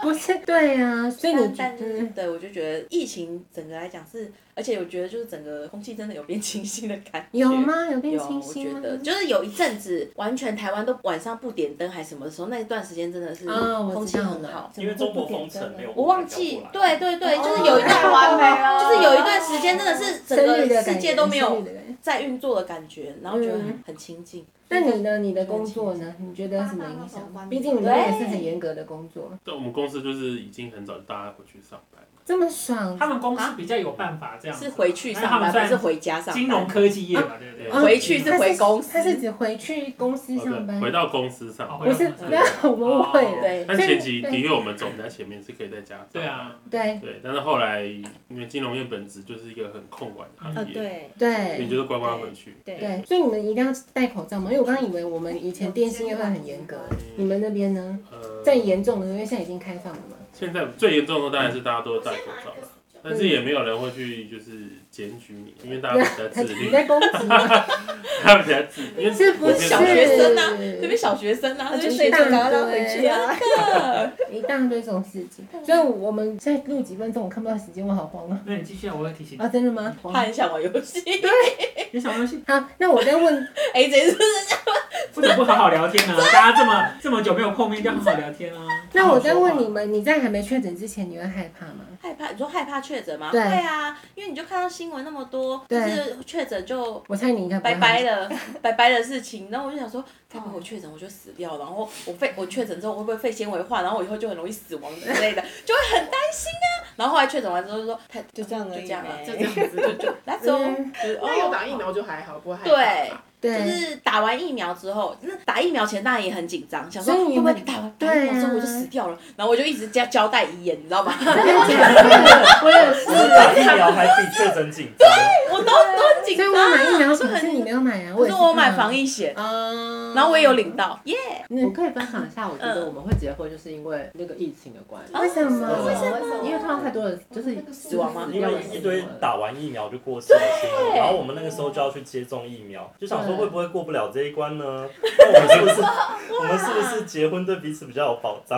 S1: 不是，对呀、啊，所以你
S3: 但就是对我就觉得疫情整个来讲是，而且我觉得就是整个空气真的有变清新的感觉。
S1: 有吗？有变清新
S3: 有
S1: 吗
S3: 我觉得就是有一阵子完全台湾都晚上不点灯还是什么的时候，那一段时间真的是
S1: 啊我知道
S3: 空气很好。
S2: 因为中国封城没有，
S3: 我忘记，对对对，就是有一段
S11: 完美哦
S3: 就是有一段时间真的是整
S1: 生日
S3: 个
S1: 的感觉
S3: 世界都没
S1: 生日
S3: 有
S1: 的感觉
S3: 在运作的感觉，然后觉得很很清静。
S1: 嗯那你呢？你的工作呢？你觉得有什么影响？毕竟你们也是很严格的工作，
S12: 对，我们公司就是已经很早就大家回去上 班。
S1: 这么爽。
S2: 他们公司比较有办法这样子，啊
S3: 是回去上班
S2: 因为他们算
S3: 不是回家上班
S2: 金融科技业嘛，对不对？
S1: 啊
S3: 回去是回公司
S1: 他是指回去公司上班，
S12: 哦回到公司上，
S1: 不是不要我们误会了。
S12: 但
S1: 所以
S12: 前期的
S1: 对
S12: 确我们走比较前面，是可以在家。
S2: 哦对啊，
S1: 对
S12: 对，但是后来因为金融业本质就是一个很控管的
S1: 嗯
S5: 哦
S12: 行业，
S6: 对
S1: 对
S12: 所以你就是乖乖回去。
S1: 对，所以你们一定要戴口罩嘛，因为我刚刚以为我们以前电信业会很严
S12: 嗯
S1: 格，你们那边呢？
S12: 呃
S1: 在严重的，因为现在已经开放了嘛。
S12: 现在最严重的当然是大家都戴口罩了，但是也没有人会去就是检举你，因为大家比较自 律
S1: 你，在攻击 吗？
S12: 大家比较自律。因为
S1: 是不
S12: 普遍
S1: 是
S3: 小学生啊，这边小学生啊，
S5: 哦
S1: 啊
S3: 这边
S1: 就是
S3: 睡着
S1: 一大
S3: 然后让
S1: 堆
S3: 回去啊。
S1: 一大堆这种事情，所以我们现在录几分钟，我看不到时间，我好慌啊！
S2: 那你继续啊，我会
S9: 嗯
S2: 提醒你
S1: 啊，。真的吗？
S3: 他很想玩游戏，
S2: 你想游戏，
S1: 好，那我再 问，
S3: 哎，这是
S2: 不得不好好聊 天啊！大家这么这么久没有碰面，一定要好好聊天啊。
S1: 那我再问你们，你在还没确诊之前，你会害怕吗？
S3: 害怕，你说害怕确诊吗？
S1: 对
S3: 会啊，因为你就看到新闻那么多，就
S1: 对
S3: 是确诊就
S1: 我猜你应该不会
S3: 拜拜了， 拜拜的事情。然后我就想说，该不会我确诊我就死掉，然后我肺我确诊之后我会不会肺纤维化，然后我以后就很容易死亡之 类的，就会很担心啊。然后后来确诊完之后就说，太 就这样了，就这样了，
S4: 就这样子，就
S9: 啊
S4: 就
S3: That's
S1: 啊嗯
S3: all，就是
S4: 那有打
S3: 哦
S4: 疫苗就还好，不会害怕
S3: 对
S4: 吧。
S3: 就是打完疫苗之后，那打疫苗前当然也很紧张，想说
S1: 所以
S3: 会
S1: 你
S3: 不会
S1: 们
S3: 打完
S1: 对
S3: 打
S1: 啊
S3: 疫苗之后我就死掉了，然后我就一直交交代遗言，你知道 吗？
S1: 我也是，
S8: 打疫苗还比确诊紧张。
S3: 我都都很紧
S1: 所以
S3: 张，
S1: 我买疫苗，
S3: 就
S1: 可是
S3: 很
S1: 你没有买啊？
S3: 可
S1: 也
S3: 是
S1: 是
S3: 我买
S1: 怕
S3: 防疫险，
S1: 啊，
S3: 然后我也有领到，耶！
S1: 嗯
S9: 我可以分享一下，我觉得我们会结婚就是因为那个疫情的关系。
S3: 啊
S1: 为什么？
S9: 为什么？因为看到太多人就是死
S3: 亡吗
S9: 死
S8: 因
S9: 掉
S8: 为
S9: 了
S8: 一堆打完疫苗就过世的新闻，然后我们那个时候就要去接种疫苗，就想说会不会过不了这一关呢？那我们是不 是我们是不是结婚对彼此比较有保障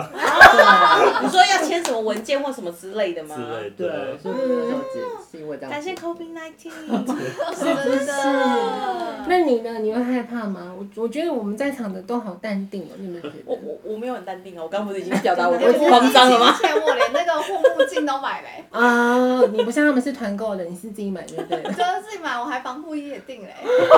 S1: 啊
S3: 你说要签什么文件或什么之类的吗
S8: 之？类
S9: 对嗯
S8: 的，？
S9: 所以我们就是是因为这样。
S3: 感谢 COVID nineteen，
S11: 哦
S1: 真的。那你呢？你会害怕吗？我我觉得我们在场的都好淡定哦，你们觉得？
S3: 我我我没有很淡定啊，我刚不是已经表达我
S1: 我知道
S3: 的慌张了吗？
S11: 之前我连那个护目镜都买嘞、
S1: 啊，你不像他们是团购的，你是自己买对不对了？
S11: 就是自己买，我还防护衣也订嘞、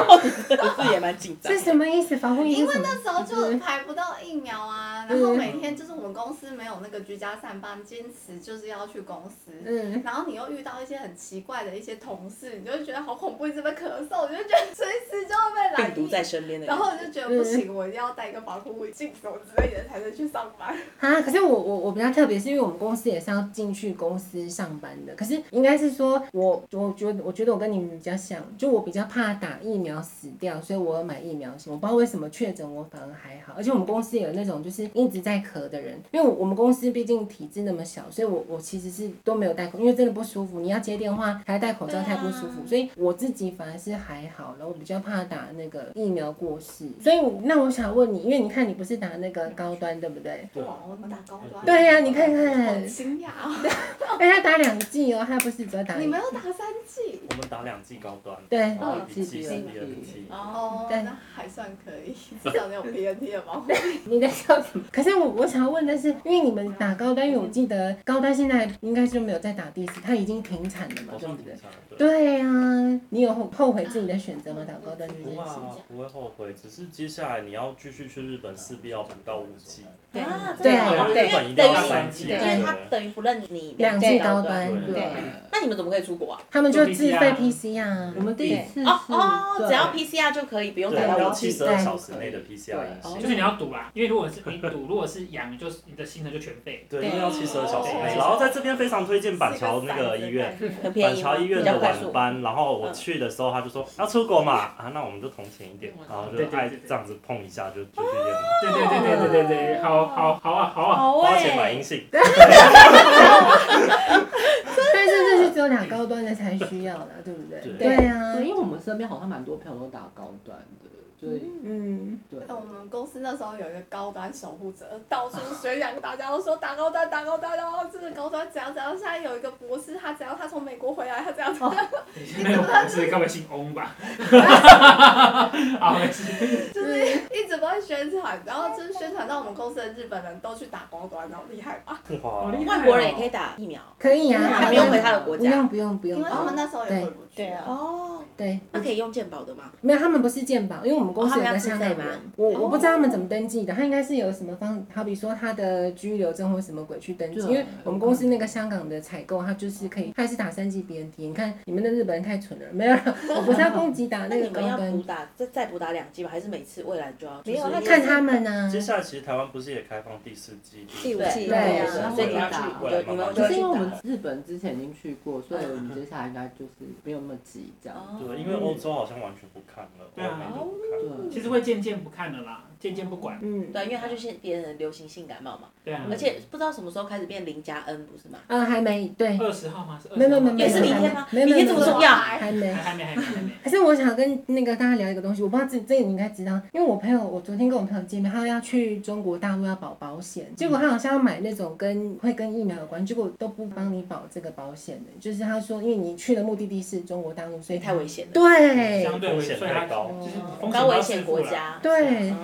S3: 我自己也蛮紧张
S1: 这。什么意思？防护衣
S11: 因为
S1: 是什么
S11: 那时候就排不到疫苗啊，然后每天就是我们公司没有那个居家上班，坚持就是要去公司。
S1: 嗯
S11: 然后你又遇到一些很奇怪的一些同事，你就会觉得好恐怖，一直被咳嗽，我就觉得随时就会被来
S3: 病毒在身边的
S11: 然
S3: 感觉，
S11: 后我就觉得不行，我一定要带一个防护镜什么之类的才能去上班。
S1: 啊，可是我我我比较特别，是因为我们公司也是要进去公司上班的。可是应该是说我，我觉得我觉得我跟你们比较像，就我比较怕打疫苗死掉，所以我有买疫苗险。我不知道为什么确诊我反而还好，而且我们公司有那种就是一直在咳的人，因为我们公司毕竟体质那么小，所以我我其实是都没有戴口，因为真的不舒服。你要接电话还要戴口罩，太不舒服。所以我自己反而是还好，然后我比较怕打那个疫苗过世。所以那我想问你，因为你看你不是打那个高端对不对？
S11: 哇，我打高端。
S1: 对呀、你看
S11: 好
S1: 看，
S11: 惊讶哦！
S1: 哎，他打两季哦，他不是只有打一
S11: 你没有打三剂
S8: 我们打两剂高端，
S1: 对
S8: 然后
S3: 哦
S8: 一
S9: 自己
S8: 剂是第二剂。
S11: 哦，
S1: 对
S11: 那还算可以，至少没有 PNT 的毛病。
S1: 你在笑什么？可是我我想要问的是，因为你们打高端，因为我记得高端现在应该是没有在打第四，他已经停产了嘛，
S8: 好
S1: 对
S8: 像
S1: 不
S8: 挺
S1: 对？
S8: 强的。
S1: 对呀、你有后后悔自己的选择吗？打高端这件
S8: 不会
S1: 事
S8: 啊，不会后悔，只是接下来你要继续去日本，势必要补到五 G。
S3: 对啊，
S1: 对
S3: 因为
S8: 日本一定
S3: 等
S8: 要
S3: 于
S8: 三 G，
S3: 因为他等于不认你
S1: 两
S3: 剂
S1: 季高端，
S8: 对
S1: 对，
S3: 那你们怎么可以出国啊？
S1: 他们就自费 PCR，
S9: 我们第一次是
S3: 哦哦，只要
S9: 对
S3: PCR 就可以，不用打
S8: 对，
S3: 到
S8: 要
S3: 五
S8: 七
S3: G。
S8: 十二小时内的 PCR 阴性。
S2: 就是你要赌啊啦，因为如果是你赌，如果是阳，就是你的行程就全废。
S8: 对，一定要七十二小时内。
S2: 对
S8: 然后在这边非常推荐 板桥那个医院，板桥医院的晚班。然后我去的时候，他就说要出国嘛，啊，那我们就同钱一点，然后就爱这样子碰一下就就去验了，
S2: 对对
S1: 哦
S2: 对对对对对，好好好啊好啊，
S3: 好
S8: 花钱买
S3: 哎
S8: 阴，性。
S1: 但是这是只有打高端的才需要啦，对不对？
S8: 对
S1: 对呀、啊
S9: 对，因为我们身边好像蛮多朋友都打高端的。对，
S5: 嗯，
S9: 对。
S11: 我们公司那时候有一个高端守护者，到处宣扬，大家都说打高端，打高端，然后这个高端怎样怎样。现在有一个博士，他怎样，他从美国回来，他怎样怎样。
S2: 没有同事，根本姓翁 吧？啊，没事。
S11: 就是一直都在宣传，然后就是宣传到我们公司的日本人都去打高端，然后厉害吧？
S2: 哇，
S3: 外国人也可以打疫苗，
S1: 可以
S5: 嗯
S1: 啊，
S3: 还没有回他的国
S1: 不用
S3: 家，
S1: 不用不用，
S11: 因为他们那时候也回不去。
S3: 对啊
S11: 哦，
S1: 对，
S3: 那可以用健保的吗？
S1: 没有，他们不是健保，因为我们公
S3: 哦他
S1: 司有个
S3: 们要
S1: 香
S3: 自
S1: 港
S3: 费
S1: 人
S3: 吗，哦
S1: 我我不知道他们怎么登记的，他应该是有什么方，好比说他的居留证或什么鬼去登记，
S9: 对
S1: 因为我们公司那个香港的采购，他
S3: 嗯
S1: 就是可以，他也是打三剂 BNT，你看你们的日本人太蠢了， 没有啦，我不是要攻击打
S3: 那
S1: 那个
S3: 你们
S1: 高
S3: 要补
S1: 端，
S3: 打再再补打两剂吗？还是每次未来就要？就是
S1: 看他们啊呢
S8: 接，下来其实台湾不是也开放第四季、
S3: 第五季
S8: 季，
S3: 对
S8: 是
S3: 啊
S8: 未
S3: 所以你
S8: 来
S3: 要去
S8: 未来慢慢
S3: 你们
S9: 可
S3: 就是
S9: 因为我
S3: 去
S9: 们
S3: 打
S9: 日本之前已经去过，所以我们接下来应该就是没有那么急这样。
S3: 哦
S8: 对，因为欧洲好像完全不看了，
S2: 对啊
S8: 欧美都不看
S9: 嗯
S8: 了。
S2: 其实会渐渐不看了啦，渐渐不管。
S3: 嗯，对，因为它就是别人流行性感冒嘛，
S2: 对啊
S3: 而且不知道什么时候开始变零加 N，不是吗？
S1: 嗯，还没对，
S2: 二十号吗？是20号
S1: 没有没有没有，
S2: 吗
S1: 没有
S3: 哦也是明天吗
S1: 没有没有
S3: 明天这么重要
S1: 还没。
S2: 还没还没还没。
S1: 可是我想跟那个大家聊一个东西，我不知道这这个你应该知道，因为我朋友，我昨天跟我朋友见面，他要去中国大陆要保保险，结果他好像要买那种跟会跟疫苗有关，结果都不帮你保这个保险的，就是他说，因为你去的目的地是中国大陆，所以
S3: 太危险了
S1: 对，
S2: 相对危险
S8: 风险太高
S2: 就是嗯风险
S3: 高危险
S2: 要自负
S3: 国
S2: 啦
S3: 家，哦
S1: 对，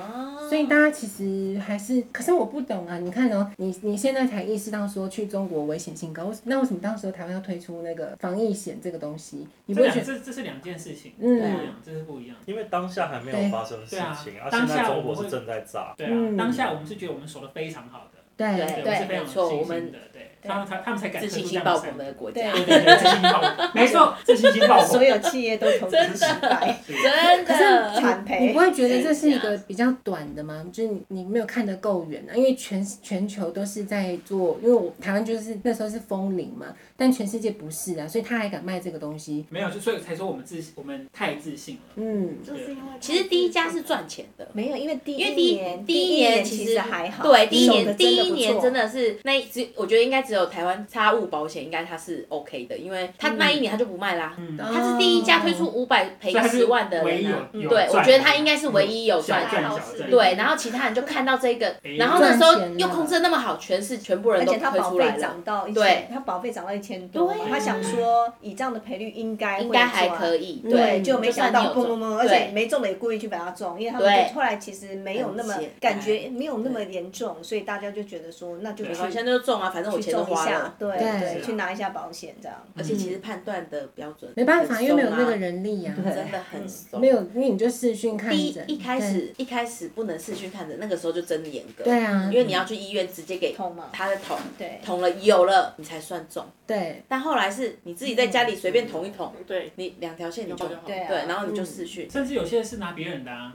S1: 所以大家其实还是，可是我不懂啊！你看哦，你你现在才意识到说去中国危险性高，那为什么当时台湾要推出那个防疫险这个东西？你不
S2: 这
S1: 会
S2: 两
S1: 觉得？
S2: 这这是两件事情，
S1: 嗯
S2: 不一样，这是不一样。
S8: 因为当下还没有发生事情，
S2: 对
S8: 而
S2: 啊
S8: 现
S2: 当
S8: 在
S2: 下我
S8: 中
S2: 们会
S8: 国是正在炸。
S2: 对
S1: 嗯
S2: 啊，当下我们是觉得我们守得非常好的，
S1: 对
S2: 我们是非常
S3: 没错，
S2: 有信
S3: 我
S2: 心
S3: 们
S2: 的，对，他们才他们才敢
S3: 自
S2: 推
S3: 信
S2: 出这
S3: 心
S2: 样的
S3: 爆
S2: 赛
S3: 棚
S2: 制
S3: 的国
S2: 对
S3: 家，
S2: 对对，自信心爆棚，没错，自信心爆棚，
S5: 所有企业都投资失败，
S3: 真
S1: 可是
S3: 的。
S5: 惨
S1: 你
S5: 赔
S1: 不。会觉得这是一个比较短的吗？就是你你没有看得够远啊，因为全全球都是在做，因为我台湾就是那时候是风铃嘛，但全世界不是啊，所以他还敢卖这个东西。
S2: 没有，就所以才说我们自我们太自信了。
S1: 嗯，
S11: 就是因为
S3: 其实第一家是赚钱的，
S5: 没有，因为第
S3: 因为
S5: 一
S3: 第一
S5: 年
S3: 第
S5: 一
S3: 一年
S5: 其
S3: 实
S5: 还好，
S3: 对，第一
S5: 守得
S3: 年
S5: 真
S3: 第
S5: 的
S3: 一
S5: 不
S3: 年
S5: 错
S3: 真的是那一只，我觉得应该只有台湾差物保险应该它是 OK 的，因为它那一年它就不卖啦。
S2: 嗯，
S3: 它是第一家推
S1: 哦
S3: 出五百赔
S2: 所以它是
S3: 十万的
S2: 唯一
S3: 人
S2: 有
S3: 啊，
S2: 有
S3: 对，我
S2: 赚
S3: 觉得
S2: 的
S3: 它应该是唯一有赚
S2: 小
S3: 的。
S2: 赚
S11: 好
S2: 小
S11: 事
S2: 赚，
S3: 对，然后其他人就看到这个
S2: 哎，
S3: 然后那时候
S1: 赚钱了
S3: 又控制得那么好，全市全部人
S5: 而
S3: 都
S5: 且它
S3: 推
S5: 保
S3: 出
S5: 费
S3: 来了，
S5: 涨到一
S3: 对
S5: 千，它保费涨到一千多嘛
S3: 对，啊
S5: 他想说以这样的赔率应该会
S3: 应该还
S5: 赚
S3: 可以，
S5: 对，
S3: 对，
S5: 就没想到砰砰砰，而且
S3: 对
S5: 没中的也故意去把它中，因为他
S3: 对
S5: 们就后来其实没有那么
S3: 很哎简单
S5: 感觉没有那么严重，所以大家就觉得说那就去
S3: 没关系，那就中啊，反正我
S5: 去
S3: 钱都
S5: 中一
S3: 花
S5: 下
S3: 了，。啊
S5: 对
S1: 对
S5: 对，
S2: 是
S5: 去拿一下保险这样。
S3: 而且其实判断的标准
S1: 没办法，
S3: 很
S1: 因为没有
S3: 松
S1: 那
S3: 啊
S1: 个人力啊，
S3: 真的很松，
S1: 没有，因为你就视讯看
S3: 第一
S1: 诊，
S3: 一开始一开始不能视讯看诊，那个时候就真的严格。
S1: 对对啊
S3: 因，为你要去医院直接给
S5: 痛吗
S3: 他的捅，
S5: 对
S3: 捅了有了你才算中。
S1: 对
S3: 但后来是你自己在家里随便捅一捅，
S4: 对，
S3: 你两条线你就
S4: 有就好
S5: 对啊
S3: 对，然后你就视讯，
S2: 甚至有些是拿别人的啊，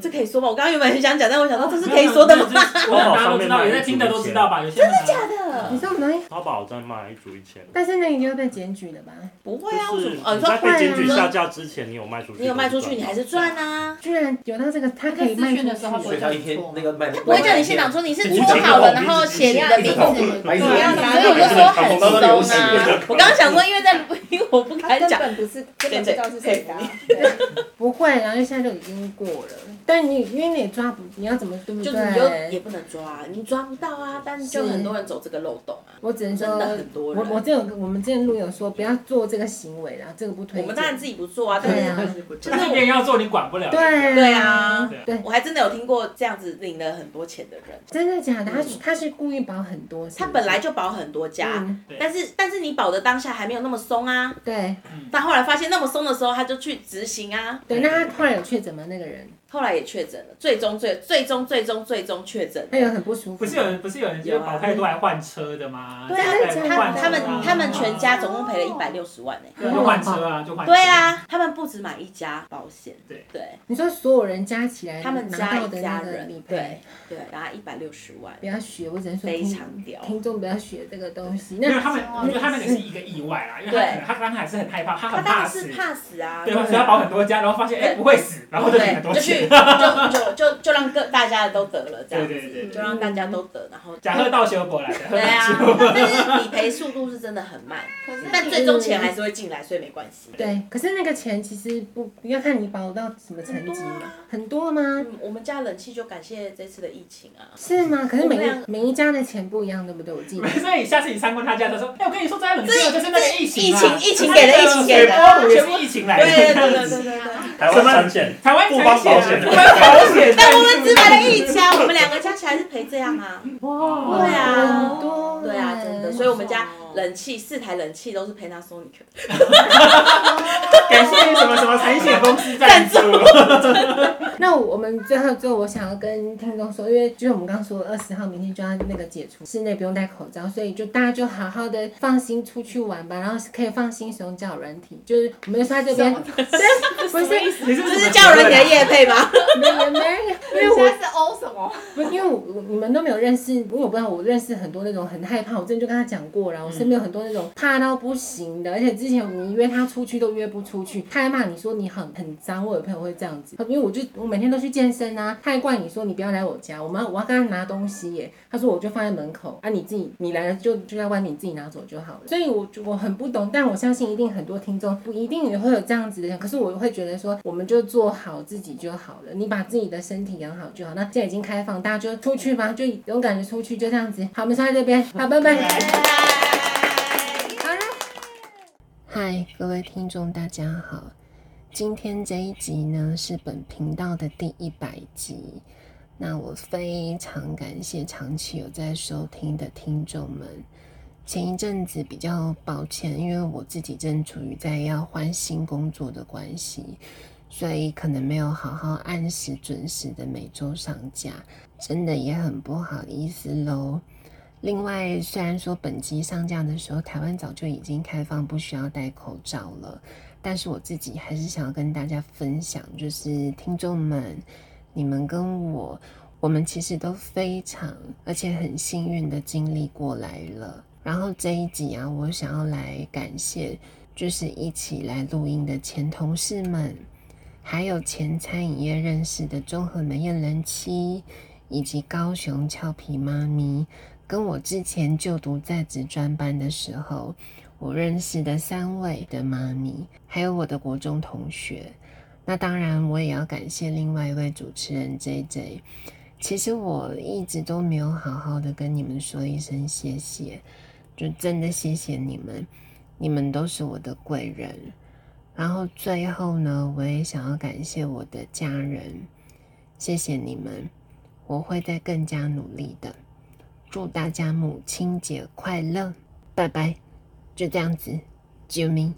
S3: 这可以说吗？我刚刚原本很想讲，但我想到这是可以说的吗？
S2: 没有？没有没有大家都知道，有在听的都知道吧？有些真的假的？
S1: 你知道我们，
S8: 淘宝在卖一组一千，
S1: 但是那你就会被检举了吧？
S3: 不会啊，
S8: 就
S3: 为
S8: 是
S3: 什么？哦，
S8: 你
S3: 你说
S8: 在被检举
S3: 你说
S8: 下架之前，你有卖出去，
S3: 你有卖出去，你还是赚啊。
S1: 居然有到这个，他可
S7: 在
S1: 以卖
S7: 资
S1: 出
S7: 讯的时候，他不
S1: 去，
S10: 所
S7: 会
S10: 以他
S7: 叫
S10: 一
S7: 你
S10: 天
S7: 做
S10: 那个卖，
S3: 不会叫你现场说你是
S10: 你
S3: 搓
S10: 剪
S3: 好了，
S10: 掉
S3: 然后写你的名字，
S10: 买一
S3: 对啊，
S10: 张
S3: 所以我就说很松
S10: 流行
S3: 啊。我刚刚想说，因为在录音，我不
S5: 他
S3: 敢
S5: 根
S3: 讲。
S5: 本不是根本不知道是谁的啊，
S1: 不会啊，然后现在就已经过了。但你因为你也抓不，你要怎么对不
S3: 就是你就也
S1: 对？
S3: 不能抓，你抓不到啊，但是就是很多人走这个漏洞啊。
S1: 我只能说，
S3: 真的很多人
S1: 我我这有我们之前录有说不要做这个行为啦，这个不推
S3: 我
S1: 荐。
S3: 们当然自己不做啊，但
S1: 对
S3: 是
S1: 啊，
S3: 就是
S2: 但是别人要做，你管不了。
S1: 对
S3: 对啊
S2: 对啊
S1: 对，
S3: 我还真的有听过这样子领了很多钱的人，
S1: 真的假的？他是他是故意保很多，是不
S3: 嗯
S1: 是
S3: 他本来就保很多家
S1: 嗯，
S2: 对
S3: 但是但是你保的当下还没有那么松啊，
S1: 对
S3: 但后来发现那么松的时候，他就去执行啊，
S1: 对，那他后来有确诊吗？那个人
S3: 后来也确诊了，最终最最终最终最终确诊了。
S1: 他有很不舒服，
S2: 不是有人不是有人就是保太多还换车的吗？
S3: 对啊
S2: 再，
S1: 真的假
S3: 他
S2: 换车
S1: 的
S2: 啊
S3: 他们他们全家总共赔了一百六十万欸呢、
S2: 对啊就换车啊，就换车。
S3: 哦对，啊，他们不止买一家保险，
S2: 对
S3: 对
S1: 你说所有人加起来
S3: 他们
S1: 拿
S3: 家
S1: 到
S3: 一
S1: 的
S3: 家
S1: 那个
S3: 人
S1: 理，
S3: 对
S1: 赔，
S3: 对，然后一百六十万，
S1: 不要学，我只能说
S3: 非
S1: 听
S3: 常屌
S1: 听众不要学这个 东西。
S2: 因为
S1: 那
S2: 他们，我觉得他那个是一个意外啦，因为他可能他刚开始很害怕，他
S3: 他
S2: 很
S3: 当
S2: 怕
S3: 然
S2: 死
S3: 是，怕死啊，
S2: 对吧？所以他保很多家，然后发现哎不会死，然后就领
S3: 对
S2: 很多
S3: 就 去
S2: 钱。
S3: 就就就就让各大家都得了，这样子，
S2: 对对对对
S3: 就让大家都得，然后
S2: 假贺到修博来的，
S3: 对啊，但是理赔速度是真的很慢
S11: 是，
S3: 但最终钱还是会进来，所以没关系。
S1: 对，可是那个钱其实不要看你保到什么层级，
S3: 啊
S1: 很多吗？
S3: 嗯我们家冷气就感谢这次的疫情啊，
S1: 是吗？可是每
S3: 我们两
S1: 一每一家的钱不一样，对不对？我记得。
S2: 所以下次你参观他家的时候，哎，我跟你说，这家冷气就是那个疫情嘛，
S3: 疫情疫情给的
S2: 那个
S3: 疫情给的
S2: 水波炉也是疫情来的，
S3: 对对
S2: 这样子
S3: 对对对对。
S8: 台湾产险，
S2: 台湾
S8: 不帮保险，
S2: 台湾保险，
S3: 但我们只买了一家，啊我们两个加起来是赔这样啊。哇，对啊，对啊，真的，所以我们家冷气四台冷气都是 Panasonic 的
S2: 感谢什么什么产险公司赞助，
S1: 那我们最后最后，我想要跟听众说，因为就是我们刚说二十号明天就要那个解除室内不用戴口罩，所以就大家就好好的放心出去玩吧，然后可以放心使用交友软体，就是我们在这边，对，不是
S2: 你是不
S3: 这是叫人家业配吗？
S1: 没有没有，因为
S11: 你现
S1: 我
S11: 在是 O 什么？
S1: 不是因为我我你们都没有认识，因为我不知道我认识很多那种很害怕，我之前就跟他讲过然后我身边有很多那种怕到不行的，而且之前你约他出去都约不出去，他还骂你说你很很脏，我有朋友会这样子，因为我就我每天都去健身啊，他还怪你说你不要来我家，我妈我要跟他拿东西耶，他说我就放在门口啊，你自己你来了就就在外面你自己拿走就好了，所以我就我很不懂，但我相信一定很多听众不一定也会有这样子的人，可是我会觉得说我们就做好自己就好了，你把自己的身体养好就好，那现在已经开放，大家就出去吧，就勇敢的出去，就这样子，好，我们现在这边，好，拜拜。嗨，各位听众，大家好。今天这一集呢是本频道的第一百集，那我非常感谢长期有在收听的听众们。前一阵子比较抱歉，因为我自己正处于在要换新工作的关系，所以可能没有好好按时准时的每周上架，真的也很不好意思喽。另外，虽然说本集上架的时候，台湾早就已经开放不需要戴口罩了，但是我自己还是想要跟大家分享，就是听众们，你们跟我，我们其实都非常而且很幸运的经历过来了。然后这一集啊，我想要来感谢，就是一起来录音的前同事们，还有前餐饮业认识的综合美艳人妻，以及高雄俏皮妈咪，跟我之前就读在职专班的时候，我认识的三位的妈咪，还有我的国中同学。那当然，我也要感谢另外一位主持人 J J。其实我一直都没有好好的跟你们说一声谢谢，就真的谢谢你们，你们都是我的贵人。然后最后呢，我也想要感谢我的家人，谢谢你们，我会再更加努力的。祝大家母亲节快乐，拜拜，就这样子，救命！